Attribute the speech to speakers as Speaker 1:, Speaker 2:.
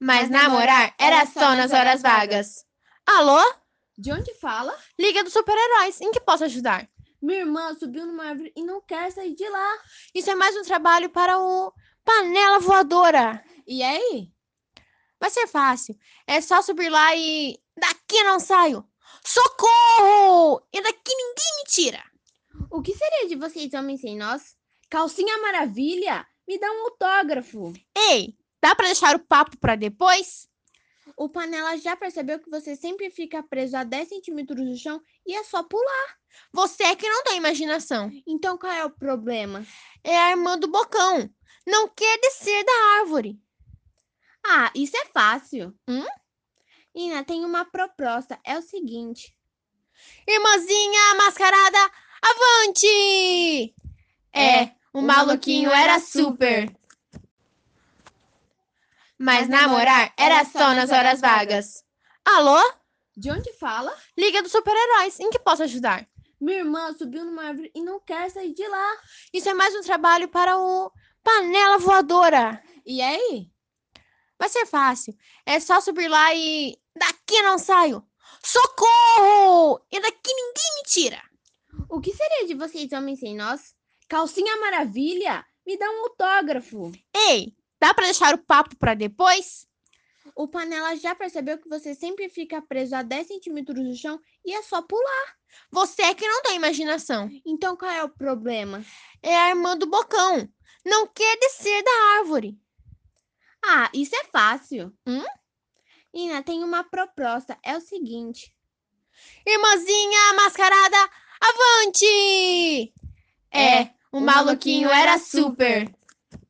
Speaker 1: Mas namorar era só nas horas vagas. Alô?
Speaker 2: De onde fala?
Speaker 1: Liga dos Super-Heróis, em que posso ajudar?
Speaker 2: Minha irmã subiu numa árvore e não quer sair de lá.
Speaker 1: Isso é mais um trabalho para o Panela Voadora.
Speaker 2: E aí?
Speaker 1: Vai ser fácil. É só subir lá e. Daqui eu não saio! Socorro! E daqui ninguém me tira!
Speaker 2: O que seria de vocês, homens sem nós? Calcinha maravilha? Me dá um autógrafo.
Speaker 1: Ei, dá para deixar o papo para depois?
Speaker 2: O Panela já percebeu que você sempre fica preso a 10 centímetros do chão e é só pular.
Speaker 1: Você é que não tem imaginação.
Speaker 2: Então qual é o problema?
Speaker 1: É a irmã do bocão. Não quer descer da árvore.
Speaker 2: Ah, isso é fácil.
Speaker 1: Hum?
Speaker 2: Ina, tem uma proposta. É o seguinte.
Speaker 1: Irmãzinha mascarada, avante! É, o maluquinho era super. Mas namorar era só nas horas vagas. Alô?
Speaker 2: De onde fala?
Speaker 1: Liga dos Super-Heróis, em que posso ajudar?
Speaker 2: Minha irmã subiu numa árvore e não quer sair de lá.
Speaker 1: Isso é mais um trabalho para o Panela Voadora.
Speaker 2: E aí?
Speaker 1: Vai ser fácil. É só subir lá e. Daqui eu não saio! Socorro! E daqui ninguém me tira!
Speaker 2: O que seria de vocês, homens sem nós? Calcinha maravilha? Me dá um autógrafo.
Speaker 1: Ei, dá para deixar o papo para depois?
Speaker 2: O Panela já percebeu que você sempre fica preso a 10 centímetros do chão e é só pular.
Speaker 1: Você é que não tem imaginação.
Speaker 2: Então qual é o problema?
Speaker 1: É a irmã do bocão. Não quer descer da árvore.
Speaker 2: Ah, isso é fácil.
Speaker 1: Hum?
Speaker 2: Ina, tem uma proposta. É o seguinte.
Speaker 1: Irmãzinha mascarada, avante! É, o maluquinho era super.